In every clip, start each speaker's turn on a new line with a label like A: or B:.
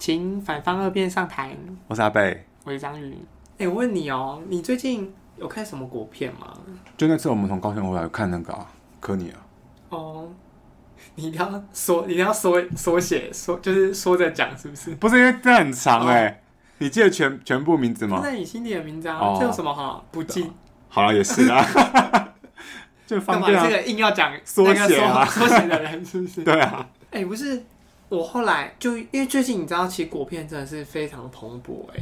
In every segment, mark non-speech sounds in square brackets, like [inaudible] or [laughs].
A: 请反方二辩上台。
B: 我是阿贝，
A: 我是张宇。哎、我问你哦，你最近有看什么国片吗？
B: 就那次我们从高雄回来看那个、啊、科尼啊，
A: 哦，你一定要缩，你一定要缩缩写缩，就是缩着讲，是不是？
B: 不是因为这很长
A: 哦
B: 哎、你记得全全部名字
A: 就
B: 吗？
A: 在你心里的名字啊，
B: 哦啊
A: 这有什么好不记？
B: 好了，也是啊，
A: [laughs]
B: 就
A: 干
B: 方
A: 嘛
B: 便啊
A: 这，个硬要讲
B: 缩写
A: 那
B: 啊
A: 个缩缩写的人是不是？
B: [laughs] 对啊，
A: 哎、不是，我后来就因为最近你知道，其实国片真的是非常蓬勃哎、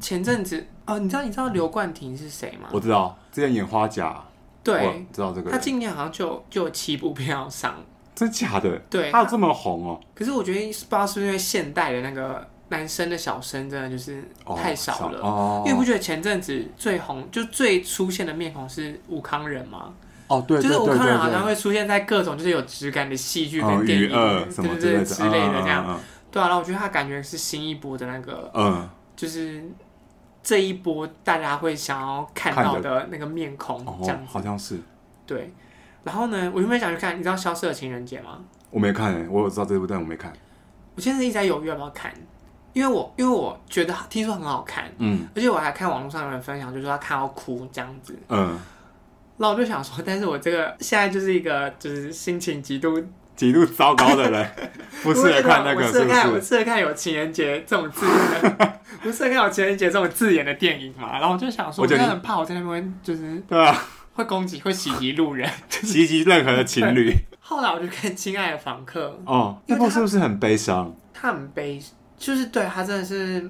A: 前阵子哦，你知道你知道刘冠廷是谁吗？
B: 我知道，之前演花甲，
A: 对，
B: 我知道这个
A: 他
B: 人，
A: 今年好像就就有七部片要上，
B: 真假的，
A: 对
B: 他有这么红哦，
A: 可是我觉得不知道是不是因为现代的那个男生的小生真的就是
B: 哦
A: 太少了，
B: 哦
A: 因为你不觉得前阵子最红就最出现的面孔是武康人吗？
B: 哦，对对
A: 就是
B: 对
A: 武
B: 对
A: 康人好像
B: 对，
A: 会出现在各种就是有质感的戏剧
B: 哦
A: 跟电
B: 鱼
A: 影，
B: 二什
A: 对
B: 么
A: 对
B: 之类
A: 对
B: 的
A: 之类的这样。，
B: 嗯
A: 对啊，然后我觉得他感觉是新一波的那个，
B: 嗯嗯
A: 就是这一波大家会想要看到
B: 看
A: 的那个面孔
B: 嗯，
A: 这
B: 哦
A: 样，子。
B: 好像是，
A: 对，然后呢，我原本想去看，你知道《消失的情人节》吗？
B: 我没看哎，我有知道这部，但我没看，
A: 我现在一直在犹豫要不要看，因为我因为我觉得听说很好看，
B: 嗯
A: 而且我还看网络上有人分享，就说他看到哭这样子。
B: 嗯，
A: 然后我就想说，但是我这个现在就是一个就是心情极度
B: 极度糟糕的人，
A: [laughs]
B: 不适合看那
A: 我
B: 个，
A: 适
B: 是
A: 合
B: 不
A: 看我
B: 是？
A: 适合看有情人节这种字眼的， [laughs] 不适合看有情人节这种字眼的电影嘛。然后我就想说，我
B: 我觉
A: 真的
B: 得你
A: 很怕我在那边就是
B: 对啊，
A: 会攻击、会袭击路人。 [laughs]
B: [laughs] 袭击任何的情侣。
A: 后来我就看《亲爱的房客
B: 哦，
A: 因
B: 那
A: 为他
B: 部是不是很悲伤？》，
A: 他很悲，就是对他真的是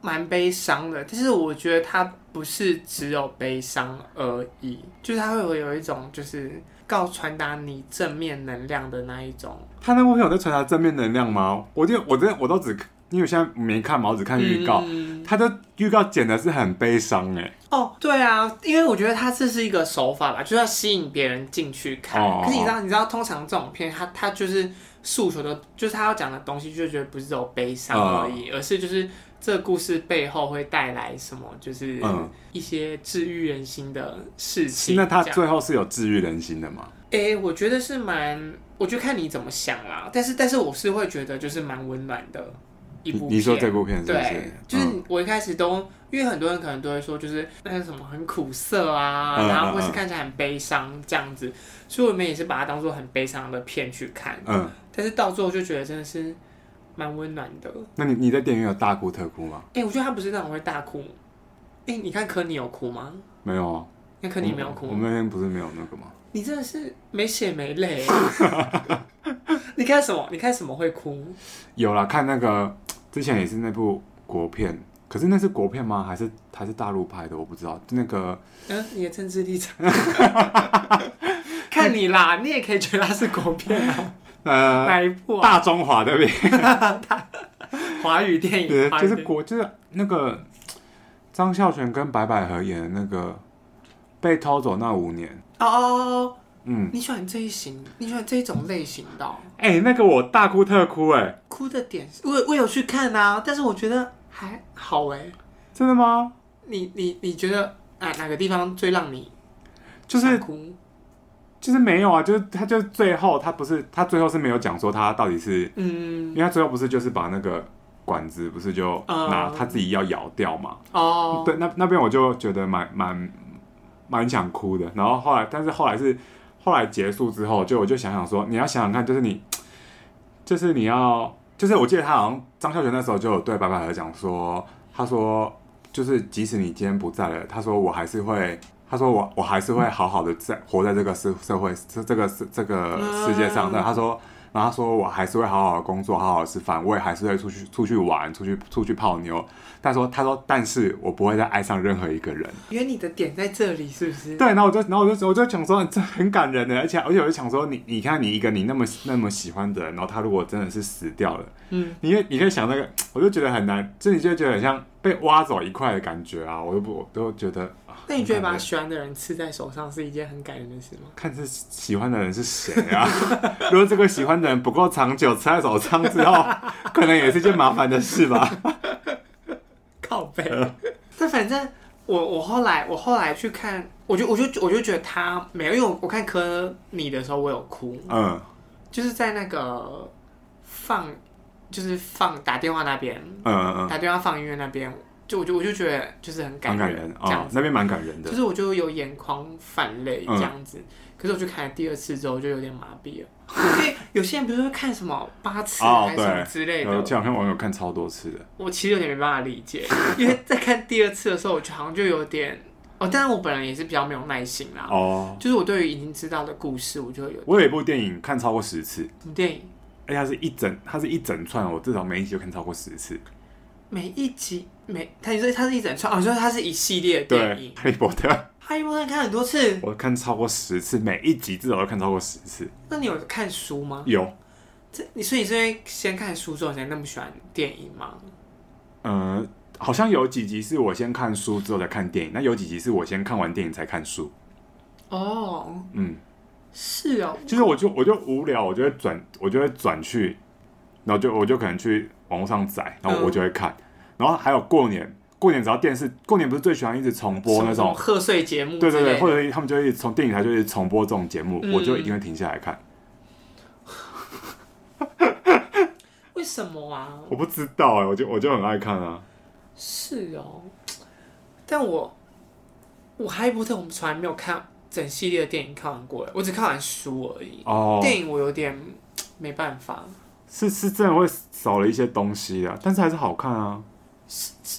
A: 蛮悲伤的，但是我觉得他不是只有悲伤而已，就是他会有有一种就是告传达你正面能量的那一种。
B: 他那部片有在传达正面能量吗？我就我真的我都只因为我现在没看嘛，我只看预告。
A: 嗯
B: 他的预告剪的是很悲伤哎、
A: 哦，对啊，因为我觉得它这是一个手法吧，就是要吸引别人进去看。
B: 哦
A: 可是你知道，你知道，通常这种片，它它就是诉求的，就是它要讲的东西，就觉得不是只有悲伤而
B: 嗯
A: 已，而是就是这个故事背后会带来什么，就是
B: 嗯
A: 一些治愈人心的事情。
B: 那他
A: 这样
B: 最后是有治愈人心的吗？
A: 诶、我觉得是蛮，我就看你怎么想啦。但是，但是我是会觉得就是蛮温暖的一
B: 你
A: 部
B: 你说
A: 片
B: 这部片是不
A: 对
B: 是，？
A: 就是
B: 嗯、
A: 我一开始都，因为很多人可能都会说，就是那是什么很苦涩啊，
B: 嗯
A: 然后或
B: 嗯
A: 是
B: 嗯
A: 看起来很悲伤这样子，所以我们也是把它当做很悲伤的片去看，
B: 嗯，
A: 但是到最后就觉得真的是蛮温暖的。
B: 那你你在电影院有大哭特哭吗？
A: 哎、我觉得他不是那种会大哭。哎、你看科尼有哭吗？
B: 没有啊，
A: 那科尼没有哭
B: 我们我们那天不是没有那个吗？
A: 你真的是没血没
B: [laughs]
A: 泪。你看什么？你看什么会哭？
B: 有啦，看那个之前也是那部国片，可是那是国片吗？还是还是大陆拍的？我不知道。那个
A: 嗯，你的政治立
B: [laughs]
A: 场。看你啦，你也可以觉得它是国片
B: [laughs]
A: 啊，
B: 呃，
A: 哪一部啊？
B: 大中华对不对？
A: 华语 [laughs] 电
B: 对
A: 影，，华语
B: 就是
A: 电影
B: 国就是那个张孝全跟白百合演的那个被偷走那五年，
A: 哦哦哦，
B: 嗯，
A: 你喜欢这一型，你喜欢这一种类型的哦、
B: 哎、那个我大哭特哭、哎，
A: 哭的点是，我我有去看啊，但是我觉得还好哎。
B: 真的吗？
A: 你你你觉得啊哪个地方最让你
B: 就是
A: 想哭？
B: 就是没有啊，就是他就最后他不是他最后是没有讲说他到底是，因
A: 嗯
B: 为他最后不是就是把那个管子不是就
A: 嗯
B: 拿他自己要咬掉嘛，
A: 哦，
B: 对，那那边我就觉得蛮蛮蛮想哭的。然后后来，但是后来是后来结束之后，就我就想想说，你要想想看，就是你，就是你要，就是我记得他好像张孝全那时候就有对白百合讲说，他说就是即使你今天不在了，他说我还是会。他说我：“我还是会好好的在活在这个社 [laughs] 社会这这个世这个世界上的。
A: 嗯
B: 他说，然后他说我还是会好好的工作，好好的吃饭，我也还是会出去出去玩，出去出去泡妞。他说，他说，但是我不会再爱上任何一个人。
A: 原来你的点在这里是不是？
B: 对，然后我就，然后我就，我就想说，这很感人的，而且，而且我就想说，你，你看，你一个你那么那么喜欢的人，然后他如果真的是死掉了，
A: 嗯，
B: 你会，你可以想那个，我就觉得很难，就你就觉得很像被挖走一块的感觉啊，我都不，我都觉得。啊
A: 那你觉得
B: 很
A: 把
B: 感人
A: 喜欢的人刺在手上是一件很感人的事吗？ [laughs]
B: 看是喜欢的人是谁啊？ [laughs] 如果这个喜欢的人不够长久，吃在手上之后， [laughs] 可能也是件麻烦的事吧。
A: 靠背。
B: 嗯
A: [laughs] 但反正我我后来我后来去看，我就我就我就觉得他没有，因为我我看
B: 啊
A: 科你的时候我有哭，
B: 嗯，
A: 就是在那个放就是放打电话那边，
B: 嗯嗯嗯，
A: 打电话放音乐那边，就我就我就觉得就是很
B: 蛮
A: 感
B: 感
A: 人
B: 人
A: 这
B: 哦
A: 样，子，
B: 那边蛮感人
A: 就
B: 的。
A: 是我就有眼眶泛泪这样子。可是我去看了第二次之后，就有点麻
B: [laughs]
A: 痹了。因为有些人不是会看什么八次
B: 哦
A: 还是什么之类的，
B: 呃，这两天网友看超多次的，
A: 我其实有点没办法理解， [laughs] 因为在看第二次的时候，我就好像就有点哦，当然我本人也是比较没有耐心啦。
B: 哦。
A: 就是我对于已经知道的故事，我就会有哦
B: 我有一部电影看超过十次，
A: 什么电影
B: 而且它是一整，它是一整串，我至少每一集就看超过十次。
A: 每一集每，它你说它是一整串哦，你说它是一系列的
B: 对，
A: 电影，
B: 《哈利波特》
A: 哈利波特看很多次，
B: 我看超过十次，每一集至少都看超过十次。
A: 那你有看书吗？
B: 有，
A: 这你所以你是因为先看书之后才那么喜欢电影吗？
B: 呃，好像有几集是我先看书之后再看电影，那有几集是我先看完电影才看书。
A: 哦，
B: 嗯，
A: 是哦，
B: 其实我就我就无聊，我就会转，我就会转去，然后就我就可能去网络上载，然
A: 嗯
B: 后我就会看。然后还有过年，过年只要电视，过年不是最喜欢一直重播那
A: 什么
B: 种，
A: 贺岁节目之
B: 对
A: 类的，
B: 对对，或者他们就会从电影台就会重播这种节目，
A: 嗯
B: 我就一定会停下来看。
A: 为什么啊？
B: 我不知道哎、我就我就很爱看啊。
A: 是哦，但我我哈利波特我们从来没有看整系列的电影看完过耶，欸我只看完书而已。
B: 哦，
A: 电影我有点没办法，
B: 是是真的会少了一些东西啊，但是还是好看啊。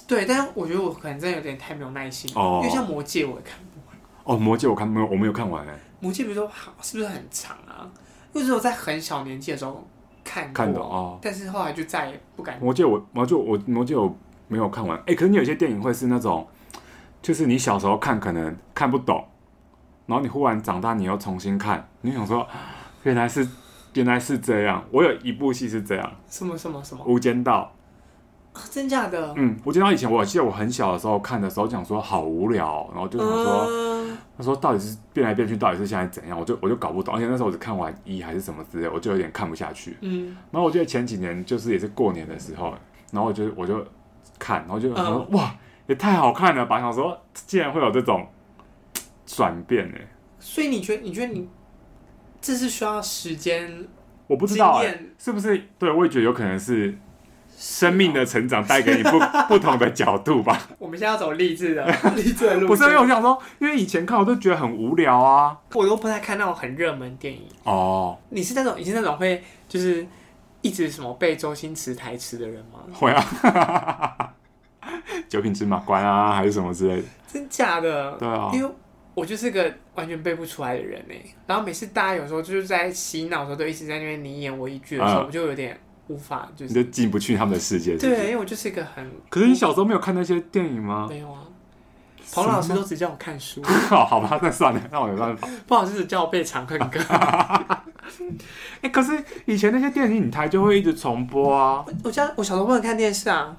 A: 对，但我觉得我可能真的有点太没有耐心，
B: 哦
A: 因为像魔戒我也看不完，
B: 哦，魔戒我看没有，我没有看完哎、
A: 魔戒比如说好是不是很长啊？因为只有在很小年纪的时候看过，
B: 看懂哦。
A: 但是后来就再也不敢。
B: 魔戒我魔戒我魔戒我没有看完，哎、可是你有些电影会是那种，就是你小时候看可能看不懂，然后你忽然长大你又重新看，你就想说原来是原来是这样。我有一部戏是这样，
A: 什么什么什
B: 《
A: 么？
B: 无间道》。
A: 啊真假的？
B: 嗯，《无间道》以前我记得我很小的时候看的时候，想说好无聊哦、然后就想说。
A: 嗯，
B: 他说到底是变来变去，到底是现在怎样？我就我就搞不懂，而且那时候我只看完一还是什么之类，我就有点看不下去。
A: 嗯，
B: 然后我记得前几年就是也是过年的时候，然后我就我就看，然后就想说、哇，也太好看了吧！想说竟然会有这种嘖转变哎、
A: 所以你觉得你觉得你这是需要时间
B: 我不知
A: 经
B: 道、欸、
A: 验
B: 是不是？对，我也觉得有可能是生命的成长带给你不 [laughs] 不同的角度吧。
A: 我们现在要走励志 [laughs] 的励志的路线，
B: 不是因为我想说，因为以前看我都觉得很无聊啊。
A: 我都不太看那种很热门电影。
B: 哦，
A: 你是那种你是那种会就是一直什么背周星驰台词的人吗？
B: 会啊，九品芝麻官啊，还是什么之类的。
A: 真假的？
B: 对啊，
A: 因为我就是个完全背不出来的人呢、然后每次大家有时候就是在洗脑的时候，都一直在那边你一言我一句的时候，
B: 嗯
A: 我就有点无法就
B: 你
A: 是
B: 就进不去他们的世界。是不是
A: 对，因为我就是一个很
B: 可是你小时候没有看那些电影吗？
A: 没有啊。彭老师都只叫我看 [laughs] 书，
B: 哦， [laughs] 好吧，那算了， [laughs] 那我没办法。
A: 彭老师只叫我背《长恨 [laughs] 歌》。
B: 哎、可是以前那些电影台就会一直重播啊。
A: 我家我小时候不能看电视啊。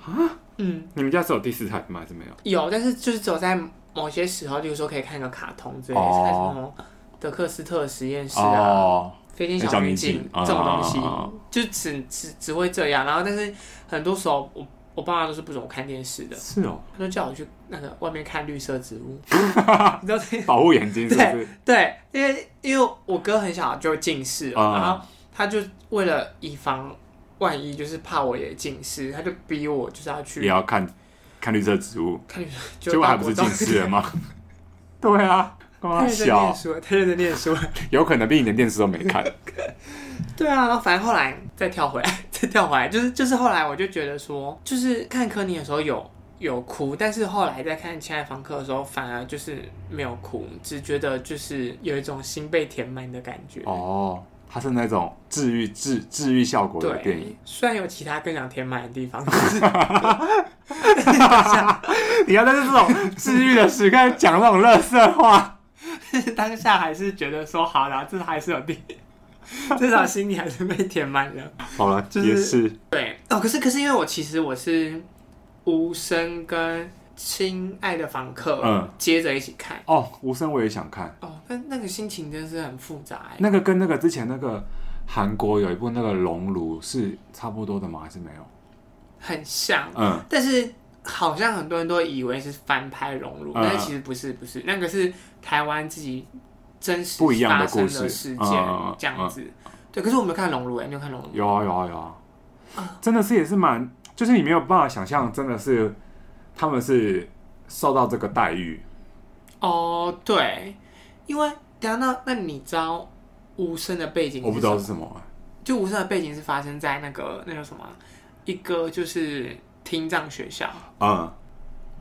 A: 嗯，
B: 你们家是有第四台吗？还是没有？
A: 有，但是就是只有在某些时候，例如说可以看个卡通之类的，
B: 哦
A: 看什么德克斯特实验室啊、，飞天小女警
B: 小女警
A: 这种东西，
B: 啊啊啊啊
A: 就只只只会这样。然后，但是很多时候我我爸妈都是不准我看电视的，
B: 是哦，
A: 他就叫我去那个外面看绿色植
B: [laughs]
A: 物， [laughs] 你知道这
B: 保护眼睛是不是？
A: 对，因为因为我哥很小就近视了，
B: 啊
A: 然后他就为了以防万一，就是怕我也近视，他就逼我就是要
B: 也
A: 去
B: 要看看绿色植物，
A: 看绿色，就
B: 结果
A: 到
B: 还不是
A: 国
B: 近
A: 中
B: 视了吗？ [laughs] 对啊，干
A: 他
B: 嘛
A: 认真念
B: 小？
A: 书，他认真念书。 [laughs]
B: 有可能并一点电视都没看。
A: 对啊，然后反正后来再跳回来， [laughs] 再跳回来，就是就是后来我就觉得说，就是看柯尼的时候有有哭，但是后来在看《亲爱的房客》的时候，反而就是没有哭，只觉得就是有一种心被填满的感觉。
B: 哦，它是那种治愈治治愈效果的电影。
A: 对，虽然有其他更想填满的地方， [laughs] 但是
B: 你要在这种治愈的时刻讲那种垃圾话，
A: 但是当下还是觉得说好啦，至少还是有地， [laughs] 至少心里还是被填满了。
B: 好了，
A: 就是
B: 也是
A: 对哦，可是可是因为我其实我是无声跟亲爱的房客，
B: 嗯
A: 接着一起看
B: 哦，无声我也想看
A: 哦，那那个心情真是很复杂哎。
B: 那个跟那个之前那个韩国有一部那个《熔炉》是差不多的吗？还是没有？
A: 很像，
B: 嗯，
A: 但是好像很多人都以为是翻拍《熔炉》
B: 嗯
A: 但是其实不是，不是那个是台湾自己真实
B: 不一样的
A: 发生
B: 故事
A: 事
B: 嗯
A: 件
B: 嗯嗯嗯
A: 欸这样子。对，可是我没有看《熔炉》哎，你有看《熔炉》？
B: 有啊有啊有啊，真的是也是蛮，就是你没有办法想象，真的是他们是受到这个待遇。
A: 哦，对，因为等一下那那你知道无声的背景
B: 我
A: 是
B: 不知
A: 什
B: 道
A: 么
B: 是什么啊、
A: 就无声的背景是发生在那个那个什么，啊一个就是听障学校。
B: 嗯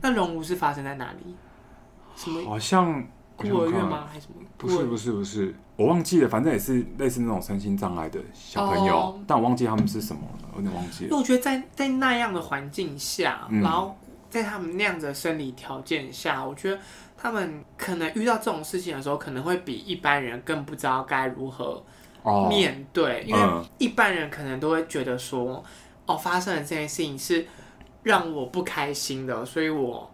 A: 那龙湖是发生在哪里？什么
B: 嗯，好像
A: 孤儿
B: 我想
A: 院
B: 想看啊
A: 吗？还是什么？
B: 不
A: 孤
B: 是
A: 儿
B: 不是不是，我忘记了，反正也是类似那种身心障碍的小朋友，
A: 哦
B: 但我忘记他们是什么了，我有点忘记
A: 因
B: 了。
A: 为我觉得在在那样的环境下，
B: 嗯
A: 然后在他们那样子的生理条件下，我觉得他们可能遇到这种事情的时候，可能会比一般人更不知道该如何
B: 哦，
A: 面对，因为
B: 嗯
A: 一般人可能都会觉得说，哦，发生了这件事情是让我不开心的，所以我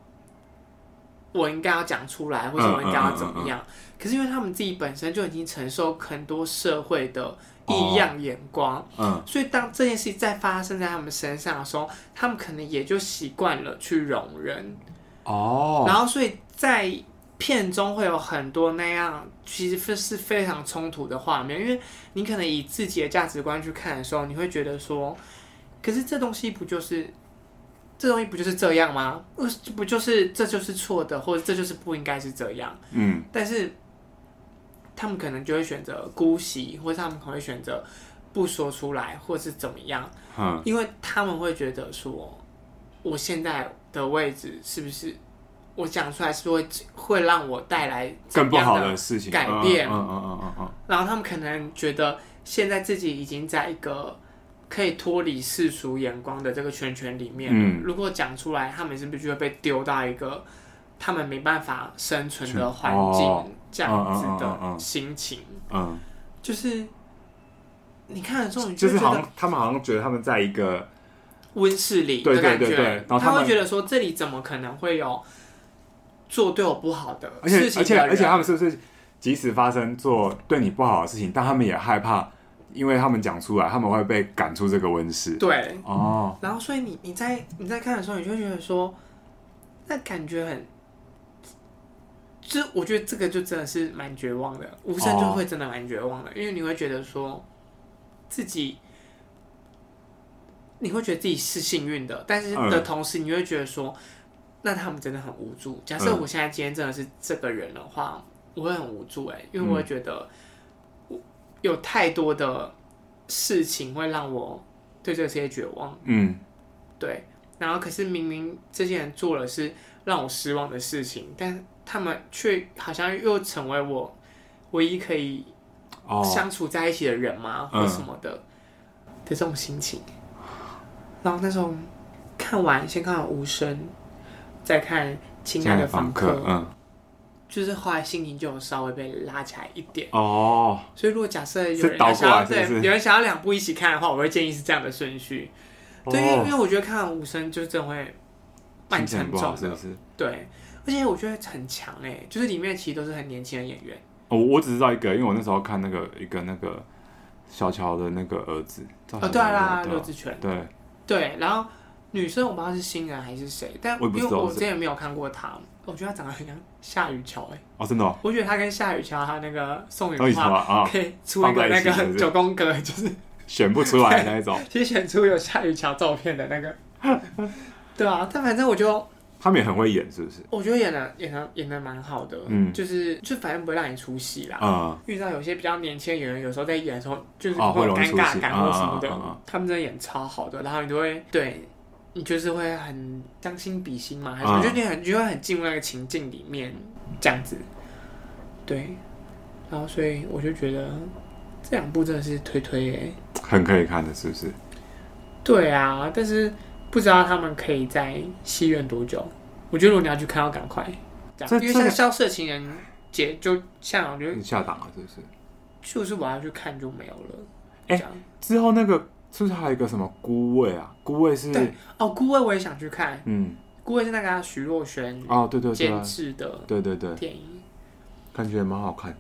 A: 我应该要讲出来，或者
B: 嗯
A: 我应该要怎么样。可是因为他们自己本身就已经承受很多社会的异样眼光，
B: 嗯，
A: 所以当这件事情再发生在他们身上的时候，他们可能也就习惯了去容忍。
B: 哦，
A: 然后，所以在片中会有很多那样其实是非常冲突的画面，因为你可能以自己的价值观去看的时候，你会觉得说，可是这东西不就是这东西不就是这样吗？呃不就是这就是错的，或者这就是不应该是这样？
B: 嗯，
A: 但是他们可能就会选择姑息，或者他们可能会选择不说出来，或是怎么样。
B: 嗯，
A: 因为他们会觉得说，我现在的位置是不是我讲出来是会会让我带来怎
B: 更不
A: 样
B: 好
A: 的
B: 的事情，
A: 改
B: 嗯
A: 变
B: 嗯嗯嗯嗯嗯
A: 然后他们可能觉得现在自己已经在一个可以脱离世俗眼光的这个圈圈里面，
B: 嗯
A: 如果讲出来，他们是不是就会被丢到一个他们没办法生存的
B: 是
A: 环
B: 哦
A: 境，这样子
B: 嗯嗯嗯嗯
A: 的
B: 嗯
A: 心情，
B: 嗯
A: 就是你看了之后，你
B: 嗯，就
A: 会
B: 是
A: 觉
B: 好
A: 得
B: 像他们好像觉得他们在一个
A: 温室里
B: 对
A: 的感觉，
B: 对对对然后他
A: 他
B: 们
A: 会觉得说这里怎么可能会有做对我不好的
B: 而且
A: 事情
B: 而且
A: 的人
B: 而且他们是不是即使发生做对你不好的事情，但他们也害怕，因为他们讲出来，他们会被赶出这个温室。
A: 对，
B: 哦，
A: 然后所以你你在你在看的时候，你就会觉得说，那感觉很，这我觉得这个就真的是蛮绝望的，无声就会真的蛮绝望的，因为你会觉得说自己。你会觉得自己是幸运的，但是的
B: 嗯
A: 同时，你会觉得说，那他们真的很无助。假设
B: 嗯
A: 我现在今天真的是这个人的话，我会很无助哎、因为我会觉得我有太多的事情会让我对这个世界绝望。
B: 嗯，
A: 对，然后可是明明这些人做了是让我失望的事情，但他们却好像又成为我唯一可以
B: 哦，
A: 相处在一起的人嘛，
B: 嗯
A: 或什么的、的这种心情。然后那时候看完，先看完无声，再看亲爱的
B: 房
A: 房客，
B: 嗯，
A: 就是后来心情就有稍微被拉起来一点。
B: 哦，
A: 所以如果假设有
B: 是
A: 人
B: 倒过
A: 想要
B: 来是不
A: 对
B: 是
A: 有人想要两部一起看的话，我会建议是这样的顺序。对，因为因为我觉得看完无声就真的会蛮
B: 心情
A: 沉
B: 哦很不
A: 重
B: 好，
A: 的，
B: 是不是？
A: 对，而且我觉得很强哎、就是里面其实都是很年轻的演员
B: 哦，我只知道一个，因为我那时候看那个一个那个小乔的那个儿子，叫
A: 哦，
B: 什么
A: 对啊，啦，
B: 对
A: 刘
B: 啊
A: 志全，
B: 对，
A: 对，然后女生我不知道是新人还是谁，但
B: 我也不知
A: 因
B: 道
A: 为我
B: 啊是
A: 之前没有看过她，我觉得她长得很像夏雨乔哎、
B: 哦，真的哦，
A: 我觉得她跟夏雨乔还有那个宋
B: 都以
A: 雨
B: 前
A: 花 [laughs]
B: 啊，
A: 可以出一个
B: 放在
A: 那
B: 一起是
A: 个
B: 不是
A: 九宫格，就是
B: 选不出来那一种，
A: 其实选出有夏雨乔照片的那个，对啊，但反正我就
B: 他们也很会演，是不是？
A: 我觉得演的演的演的蛮好的，
B: 嗯
A: 就是就反正不会让你出戏啦。
B: 嗯，
A: 遇到有些比较年轻的演员，有时候在演的时候就是
B: 哦
A: 会有
B: 会容易
A: 尴
B: 出
A: 尬
B: 戏
A: 感或什么的，
B: 嗯嗯嗯嗯
A: 他们真的演超好的，然后你就会对你就是会很将心比心嘛，还是
B: 嗯
A: 我觉得你很你就会很进入那个情境里面这样子，对，然后所以我就觉得这两部真的是推推耶、
B: 嗯很可以看的，是不是？
A: 对啊，但是不知道他们可以在戏院多久。我觉得如果你要去看，要赶快，这
B: 这
A: 样，因为像
B: 这个
A: 《
B: 嗯
A: 消失的情人节》就像我觉得
B: 你下档了，是不是？
A: 就是我要去看就没有了。
B: 哎
A: 这样
B: 之后那个是不是还有一个什么孤味啊？孤味是
A: 对哦，《孤味》我也想去看，
B: 嗯
A: 《孤味》是那个啊、徐若瑄
B: 哦，对对对
A: 监
B: 啊，
A: 制的
B: 对对对，
A: 电影。
B: 感觉蛮好看的。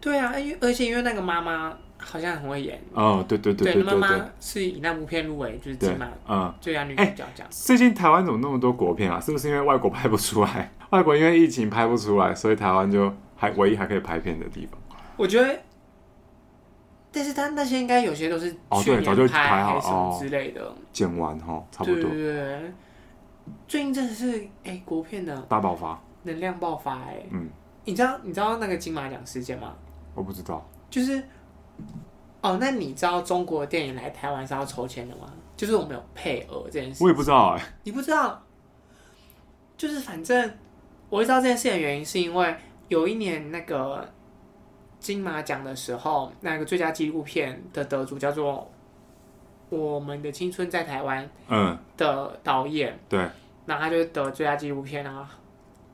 A: 对啊，因为而且因为那个妈妈好像很会演，
B: 哦，对对对
A: 那
B: 对
A: 妈
B: 对对
A: 妈是以那部片入围，就是金
B: 对
A: 马，
B: 嗯。
A: 最佳女主角奖。
B: 最近台湾怎么那么多国片啊？是不是因为外国拍不出来？ [laughs] 外国因为疫情拍不出来，所以台湾就还唯一还可以拍片的地方。
A: 我觉得但是他那些应该有些都是
B: 哦
A: 去
B: 对早就
A: 年拍
B: 排好
A: 还是什
B: 哦
A: 么之类的，
B: 剪完哈，差不
A: 对对
B: 多
A: 对。最近真的是哎、国片的
B: 大爆发。
A: 能量爆发哎、
B: 嗯，
A: 你知道你知道那个金马奖事件吗？
B: 我不知道，
A: 就是哦，那你知道中国电影来台湾是要抽签的吗？就是我们有配额这件事，
B: 我也不知道哎、
A: 你不知道，就是反正我会知道这件事情的原因，是因为有一年那个金马奖的时候，那个最佳纪录片的得主叫做《我们的青春在台湾》
B: 嗯，
A: 的导演，
B: 对，
A: 然后他就得最佳纪录片啊。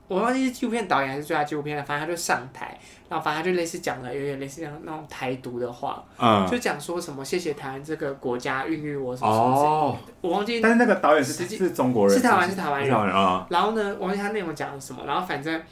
A: 我忘记是纪录片导演还是最佳纪录片了，反正他就上台，然后反正他就类似讲了有点类似像那种台独的话，
B: 嗯，
A: 就讲说什么谢谢台湾这个国家孕育我什么什么之类的
B: 哦，
A: 我忘记
C: 但是那个导演
A: 实
C: 是
A: 际
C: 是中国人，
A: 是台湾
C: 不
A: 是台湾人
C: 是台湾人啊，
A: 然后呢，我忘记他内容讲了什么，然后反正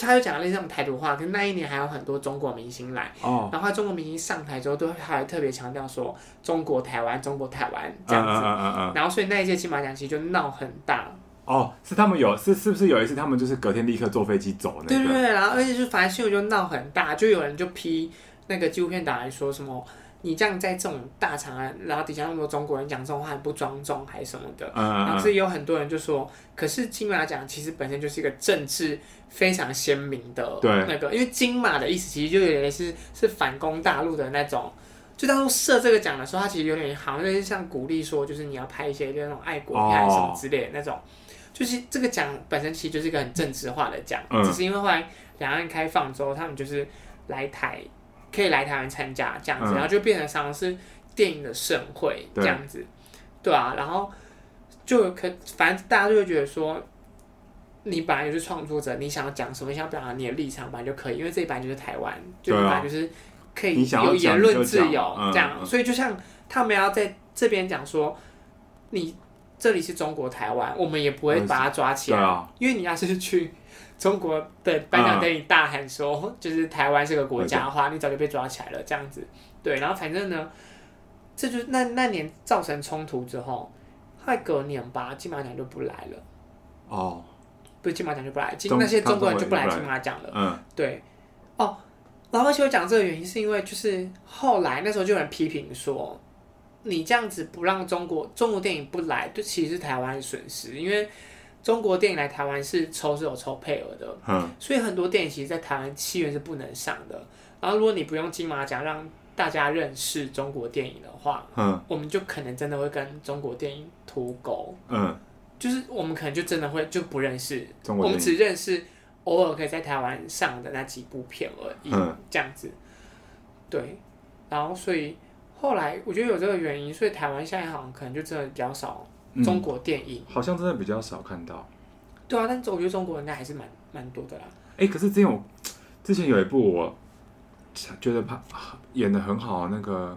A: 他就讲了类似这种台独话，可是那一年还有很多中国明星来，
B: 哦，
A: 然后他中国明星上台之后，都还特别强调说中国台湾、中国台湾这
B: 嗯
A: 样
B: 嗯
A: 子，
B: 嗯嗯嗯，
A: 然后所以那一届金马奖其实就闹很大，
B: 哦，是他们有是是不是有一次他们就是隔天立刻坐飞机走
A: 对
B: 那
A: 对
B: 个？
A: 对，然后而且就反正新闻就闹很大，就有人就批那个纪录片党来说什么。你这样在这种大场合，然后底下那么多中国人讲这种话，很不庄重还是什么的，
B: 嗯嗯
A: 然后
B: 嗯
A: 是有很多人就说，可是金马奖其实本身就是一个政治非常鲜明的
B: 对
A: 那个，因为金马的意思其实就有点类似是反攻大陆的那种。就当初设这个奖的时候，它其实有点好像就是像鼓励说，就是你要拍一些那种爱国片还是什么之类的那种。就是这个奖本身其实就是一个很政治化的奖，
B: 嗯
A: 只是因为后来两岸开放之后，他们就是来台可以来台湾参加这样子，
B: 嗯
A: 然后就变成像是电影的盛会
B: 对
A: 这样子，对啊，然后就可反正大家就会觉得说，你本来就是创作者，你想要讲什么，你想要表达你的立场，本来就可以，因为这一版就是台湾，就
B: 对啊
A: 本来就是可以
B: 你想要
A: 有言
B: 讲
A: 论
B: 就
A: 自
B: 讲
A: 由
B: 嗯
A: 这样，
B: 嗯
A: 所以就像他们要在这边讲说，你这里是中国台湾，我们也不会
B: 嗯
A: 把他抓起
B: 对
A: 来，
B: 啊，
A: 因为你要是去中国的颁奖典礼大喊说，就是台湾是个国家的话，你早就被抓起来了这样子。对，然后反正呢，这就那那年造成冲突之后，快隔年吧，金马奖就不来了，
B: 哦，
A: 不是金马奖就不来，金
B: 中
A: 那些中国人就不来
B: 中国人
A: 金马奖了。
B: 嗯
A: 对，哦，然后而且我讲这个原因是因为就是后来那时候就有人批评说。你这样子不让中国中国电影不来，就其实是台湾的损失，因为中国电影来台湾是抽是有抽配额的，
B: 嗯，
A: 所以很多电影其实，在台湾七月是不能上的。然后，如果你不用金马奖让大家认识中国电影的话，
B: 嗯
A: 我们就可能真的会跟中国电影脱钩，
B: 嗯，
A: 就是我们可能就真的会就不认识，
B: 中
A: 我
B: 国
A: 们
B: 电影，
A: 只认识偶尔可以在台湾上的那几部片而已，
B: 嗯
A: 这样子。对，然后所以后来我觉得有这个原因，所以台湾现在好像可能就真的比较少
B: 嗯
A: 中国电影。
B: 好像真的比较少看到。
A: 对啊，但是我觉得中国应该还是蛮蛮多的啦。
B: 哎、可是之前我之前有一部我觉得他演的很好，那个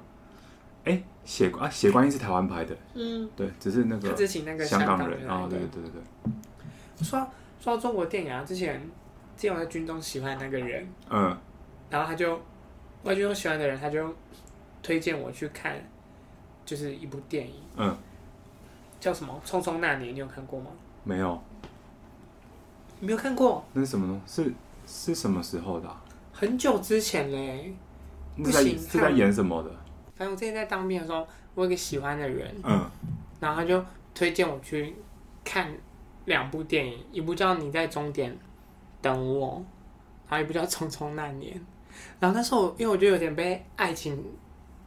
B: 哎、血啊血观音是台湾拍的，
A: 嗯，
B: 对，只是那
A: 他
B: 个
A: 之前那个
B: 香港
A: 的
B: 人
A: 那
B: 啊、
A: 个
B: 对对对对对，
A: 说到说到中国电影啊，之前之前我在军中喜欢那个人，
B: 嗯，
A: 然后他就我在军中喜欢的人，他就推荐我去看，就是一部电影，
B: 嗯，
A: 叫什么《匆匆那年》，你有看过吗？
B: 没有，
A: 没有看过，
B: 那是什么东是是什么时候的、啊？
A: 很久之前嘞。
B: 那是在
A: 不行
B: 是
A: 看
B: 在
A: 我
B: 演什么的？
A: 反正我之前在当兵的时候，我有一个喜欢的人，
B: 嗯，
A: 然后他就推荐我去看两部电影，一部叫《你在终点等我》，然后一部叫《匆匆那年》。然后那时候，因为我就有点被爱情，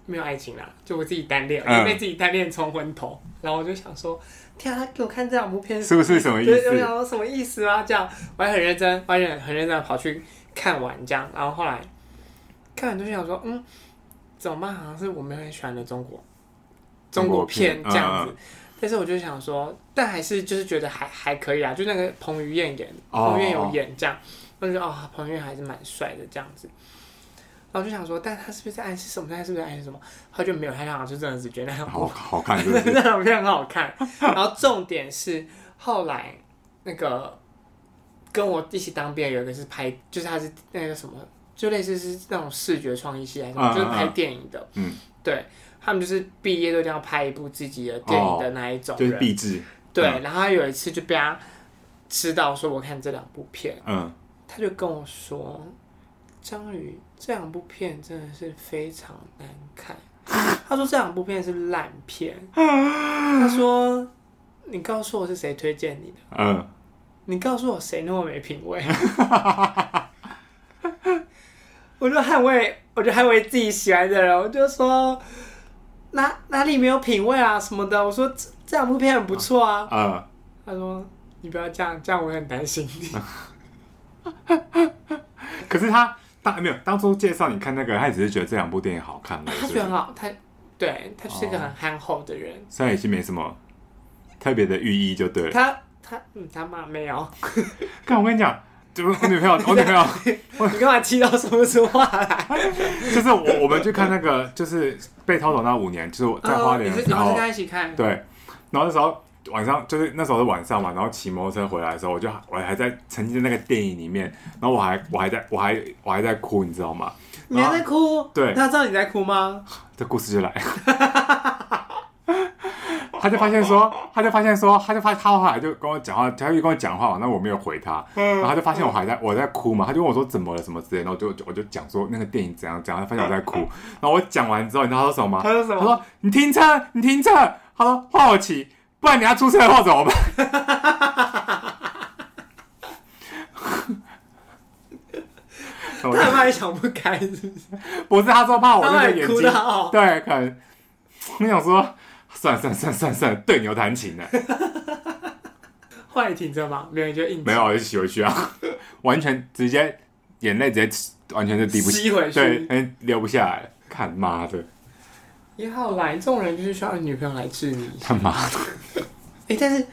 A: 没有爱情啦，就我自己单恋，
B: 嗯
A: 我就被自己单恋冲昏头。然后我就想说，天啊，他给我看这两部片，
B: 是不是什么意
A: 对，我
B: 思？
A: 想说什么意思啊？这样，我还很认真，我还很很认真地跑去看完这样，然后后来看完就想说，嗯，怎么办？好像是我没有很喜欢的中国
B: 中
A: 中
B: 国
A: 国
B: 片
A: 片这样子。
B: 嗯
A: 但是我就想说，但还是就是觉得还还可以啦，啊就那个彭于晏演，
B: 哦
A: 彭于晏有演这样，我就觉得哦，彭于晏还是蛮帅的这样子。然后就想说，但他是不是在暗示什么？他是不是在暗示什么？他就没有，他好像就真的只觉得那样
B: 好好看，是不是？
A: [laughs] 那张片很好看。然后重点是后来那个跟我一起当兵的有一个是拍，就是他是那个什么，就类似是那种视觉创意系还是什么，
B: 嗯
A: 就是拍电影的。
B: 嗯，
A: 对他们就是毕业都一定要拍一部自己的电影的那一种
B: 哦就是
A: 人。
B: 励志，
A: 对，
B: 嗯
A: 然后他有一次就被他知道说我看这两部片，
B: 嗯，
A: 他就跟我说：“章鱼，这两部片真的是非常难看。他说这两部片是烂片。他说，你告诉我是谁推荐你的？
B: 嗯，
A: 你告诉我谁那么没品味？我就捍卫，我就捍卫自己喜欢的人，我就说哪哪里没有品味啊什么的。我说这这两部片很不错啊。
B: 呃，
A: 他说你不要这样，这样我很担心你。
B: 可是他当没有当初介绍你看那个，他只是觉得这两部电影好看而已，
A: 他
B: 是
A: 觉
B: 不
A: 得很
B: 哦是
A: 好，他对他就是一个很憨厚的人。
B: 虽然已经没什么特别的寓意，就对了。
A: 他他嗯，他妈没有，
B: 看我跟你讲，就是我女朋友，我女朋友。
A: 你干嘛气到说不出话
B: [laughs]
A: 来？
B: 就是我我们去看那个，就是被偷走那五年，就是我在花莲
A: 哦你
B: 的
A: 是
B: 时
A: 然后
B: 候
A: 跟，他一起看，
B: [laughs] 对，然后那时候晚上就是那时候是晚上嘛，然后骑摩托车回来的时候，我就我还在沉浸在那个电影里面，然后我还我还在我还我还在哭，你知道吗？
A: 你还在哭？
B: 对
A: 他知道你在哭吗？
B: 这故事就来， [laughs] 他就发现说，他就发现说，他就发他后来就跟我讲话，他就跟我讲话嘛，那我没有回他，
A: 嗯
B: 然后他就发现我还在我在哭嘛，他就问我说怎么了什么之类的，然后我就我就我就讲说那个电影怎样怎样，他发现我在哭，然后我讲完之后，你知道他说什么吗？
A: 他说什么
B: 他说你停车，你停车，他说换我骑，不然你要出车祸怎么办？然后我就
A: 他妈也想不开，是不是？
B: 不是他说怕我
A: 他
B: 那
A: 妈
B: 个眼
A: 也哭
B: 睛
A: 到哦。
B: 对，可能我想说，算了算了算了算了算了，对牛弹琴呢，啊
A: [laughs] 后来停车吗？没有，你就硬
B: 没有，我就洗回去啊，完全直接眼泪直接完全就滴不
A: 吸回去
B: 对，嗯，流不下来，看妈的，
A: 也好啦，你这种人就是需要你女朋友来治你。
B: 他妈的，
A: 哎、但是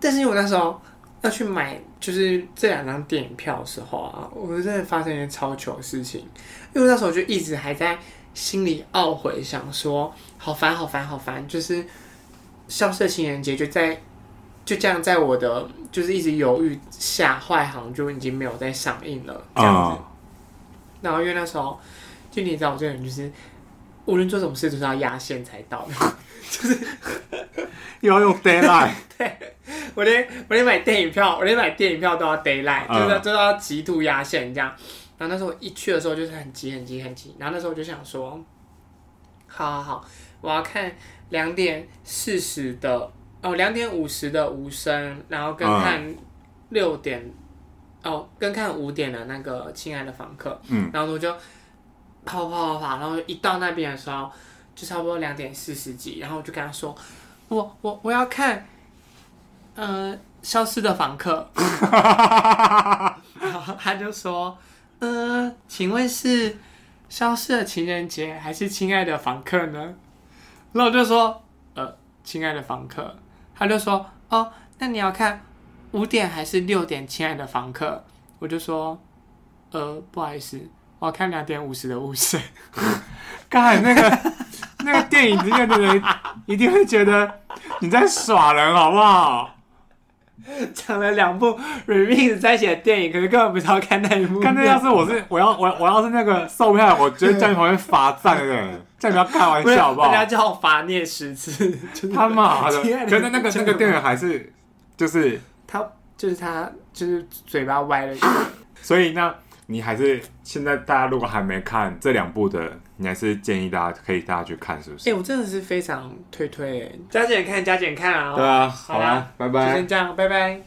A: 但是因为我那时候要去买就是这两张电影票的时候啊，我真的发生一件超糗的事情，因为我那时候就一直还在心里懊悔，想说好烦好烦好烦，就是消失的情人节就在就这样在我的就是一直犹豫下，后来好像就已经没有再上映了这样子。
B: 啊
A: 然后因为那时候，就你也知道我这个人就是，无论做什么事都是要压线才到的。
B: 又要用 d a y
A: [laughs]
B: l i g h
A: 我连我连买电影票，我连买电影票都要 d a y l i g h t
B: 嗯
A: 就是要就是要极度压线这样。然后那时候我一去的时候就是很急很急很急，然后那时候我就想说，好好好，我要看两点四十的哦，两点五十的无声，然后跟
B: 嗯
A: 看六点、哦，跟看五点的那个亲爱的房客，
B: 嗯，
A: 然后我就跑跑跑跑，然后一到那边的时候就差不多两点四十几，然后我就跟他说，我我我要看，呃，消失的房客，然后他就说，呃，请问是消失的情人节还是亲爱的房客呢？然后我就说，呃，亲爱的房客，他就说，哦，那你要看五点还是六点，亲爱的房客？我就说，呃，不好意思，我要看两点五十的雾水。
B: 干那个那个电影之院的人一定会觉得你在耍人好不好？
A: [laughs] 讲了两部 remix 在一起的电影，可是根本不知道看那一幕。
B: 看这要是我是我要我我要是那个受害，我觉得在你旁边罚站的，叫你不要开玩
A: 不是
B: 笑好不好？
A: 人家叫我罚念十 [laughs] 次，
B: [laughs]
A: 就是
B: 他妈啊的！
A: 亲爱的
B: 可是那个那个店员还是就是，
A: 他就是他就是嘴巴歪了一点。
B: 所以那你还是现在大家如果还没看这两部的，你还是建议大家可以大家去看，是不
A: 哎、
B: 是？
A: 我真的是非常推推、欸，加减看加减看啊！
B: 对啊，
A: 好
B: 好
A: 啦
B: 啦，拜
A: 就
B: 拜
A: 先。这样，拜拜。